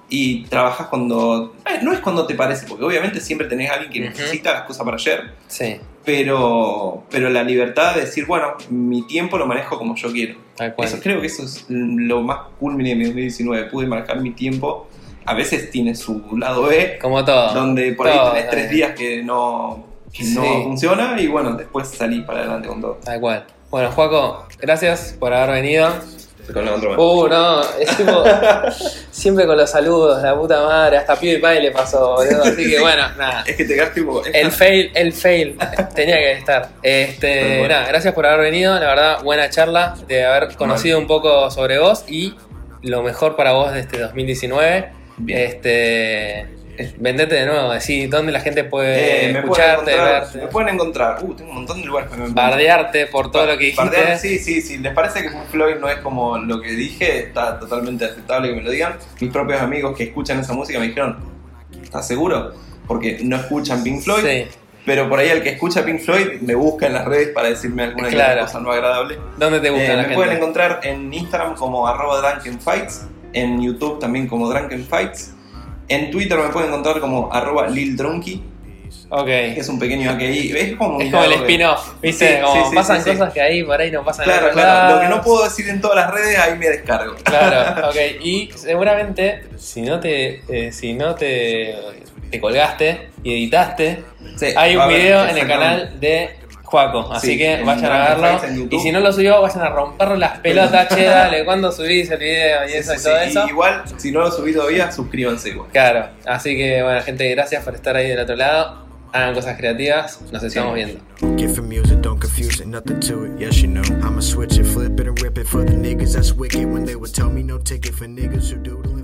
[SPEAKER 3] Y trabajas cuando. eh, no es cuando te parece, porque obviamente siempre tenés a alguien que
[SPEAKER 2] Ujú.
[SPEAKER 3] necesita las cosas para ayer,
[SPEAKER 2] Sí,
[SPEAKER 3] pero, pero la libertad de decir, bueno, mi tiempo lo manejo como yo quiero.
[SPEAKER 2] tal cual.
[SPEAKER 3] Eso, creo que eso es lo más culmine de mi 2019. Pude marcar mi tiempo. A veces tiene su lado B,
[SPEAKER 2] Como todo.
[SPEAKER 3] donde por ahí
[SPEAKER 2] todo,
[SPEAKER 3] tenés tres
[SPEAKER 2] eh.
[SPEAKER 3] días que no, que no
[SPEAKER 2] Sí.
[SPEAKER 3] funciona y bueno, después salí para adelante con todo.
[SPEAKER 2] Tal cual. Bueno, Juaco, gracias por haber venido.
[SPEAKER 3] Con la otra mano.
[SPEAKER 2] Uh, no, es tipo. siempre con los saludos, la puta madre. Hasta pibe y padre le pasó, boludo. Así que bueno, nada.
[SPEAKER 3] Es que te quedaste como.
[SPEAKER 2] El fail, el fail. Tenía que estar. Este,
[SPEAKER 3] Bueno, bueno.
[SPEAKER 2] nada, gracias por haber venido. La verdad, buena charla de haber conocido un poco sobre vos y lo mejor para vos de este 2019.
[SPEAKER 3] Bien.
[SPEAKER 2] Este. Vendete de nuevo, decir dónde la gente puede
[SPEAKER 3] Eh, me, pueden
[SPEAKER 2] escucharte,
[SPEAKER 3] encontrar,
[SPEAKER 2] verte,
[SPEAKER 3] me pueden encontrar. Uh, tengo un montón de lugares para me
[SPEAKER 2] bardearte por todo lo que dijiste.
[SPEAKER 3] Bardear, sí, sí, sí. ¿Les parece que Floyd no es como lo que dije? Está totalmente aceptable que me lo digan. Mis propios amigos que escuchan esa música me dijeron, ¿estás seguro? Porque no escuchan Pink Floyd.
[SPEAKER 2] Sí.
[SPEAKER 3] Pero por ahí el que escucha Pink Floyd me busca en las redes para decirme alguna que otra
[SPEAKER 2] Claro.
[SPEAKER 3] cosa no agradable.
[SPEAKER 2] ¿Dónde te gusta
[SPEAKER 3] Eh,
[SPEAKER 2] la
[SPEAKER 3] me
[SPEAKER 2] gente?
[SPEAKER 3] pueden encontrar en Instagram como arroba drunkenfights, en YouTube también como drunkenfights, en Twitter me pueden encontrar como arroba lildrunky,
[SPEAKER 2] Ok.
[SPEAKER 3] que es un pequeño AKI. Es como, un
[SPEAKER 2] Es como el
[SPEAKER 3] lado de-
[SPEAKER 2] spin-off, ¿viste?
[SPEAKER 3] Sí,
[SPEAKER 2] como
[SPEAKER 3] sí, sí,
[SPEAKER 2] pasan
[SPEAKER 3] sí, sí.
[SPEAKER 2] cosas que ahí por ahí no pasan en
[SPEAKER 3] Claro,
[SPEAKER 2] otros
[SPEAKER 3] claro. Lo que no
[SPEAKER 2] lados.
[SPEAKER 3] puedo decir en todas las redes, ahí me descargo.
[SPEAKER 2] Claro, ok. Y seguramente, si no te, eh, si no te, te colgaste y editaste,
[SPEAKER 3] Sí,
[SPEAKER 2] hay
[SPEAKER 3] va a
[SPEAKER 2] un
[SPEAKER 3] haber,
[SPEAKER 2] video en el
[SPEAKER 3] exactamente.
[SPEAKER 2] canal de Juaco. Así
[SPEAKER 3] Sí,
[SPEAKER 2] que
[SPEAKER 3] en
[SPEAKER 2] vayan a
[SPEAKER 3] Dragon Face, en
[SPEAKER 2] verlo.
[SPEAKER 3] YouTube.
[SPEAKER 2] Y si no lo subió, vayan a romper las pelotas, che, dale, ¿cuándo subís el video y
[SPEAKER 3] Sí,
[SPEAKER 2] eso
[SPEAKER 3] sí,
[SPEAKER 2] y todo
[SPEAKER 3] sí.
[SPEAKER 2] eso?
[SPEAKER 3] Y Igual, si no lo subí todavía, suscríbanse igual.
[SPEAKER 2] Claro. Así que, bueno, gente, gracias por estar ahí del otro lado. Hagan cosas creativas. Nos estamos viendo.
[SPEAKER 1] Get from music, don't confuse it, nothing to it. Yes, you know. I'ma switch it, flip it, and rip it for the niggas that's wicked. When they would tell me no ticket for niggas who do the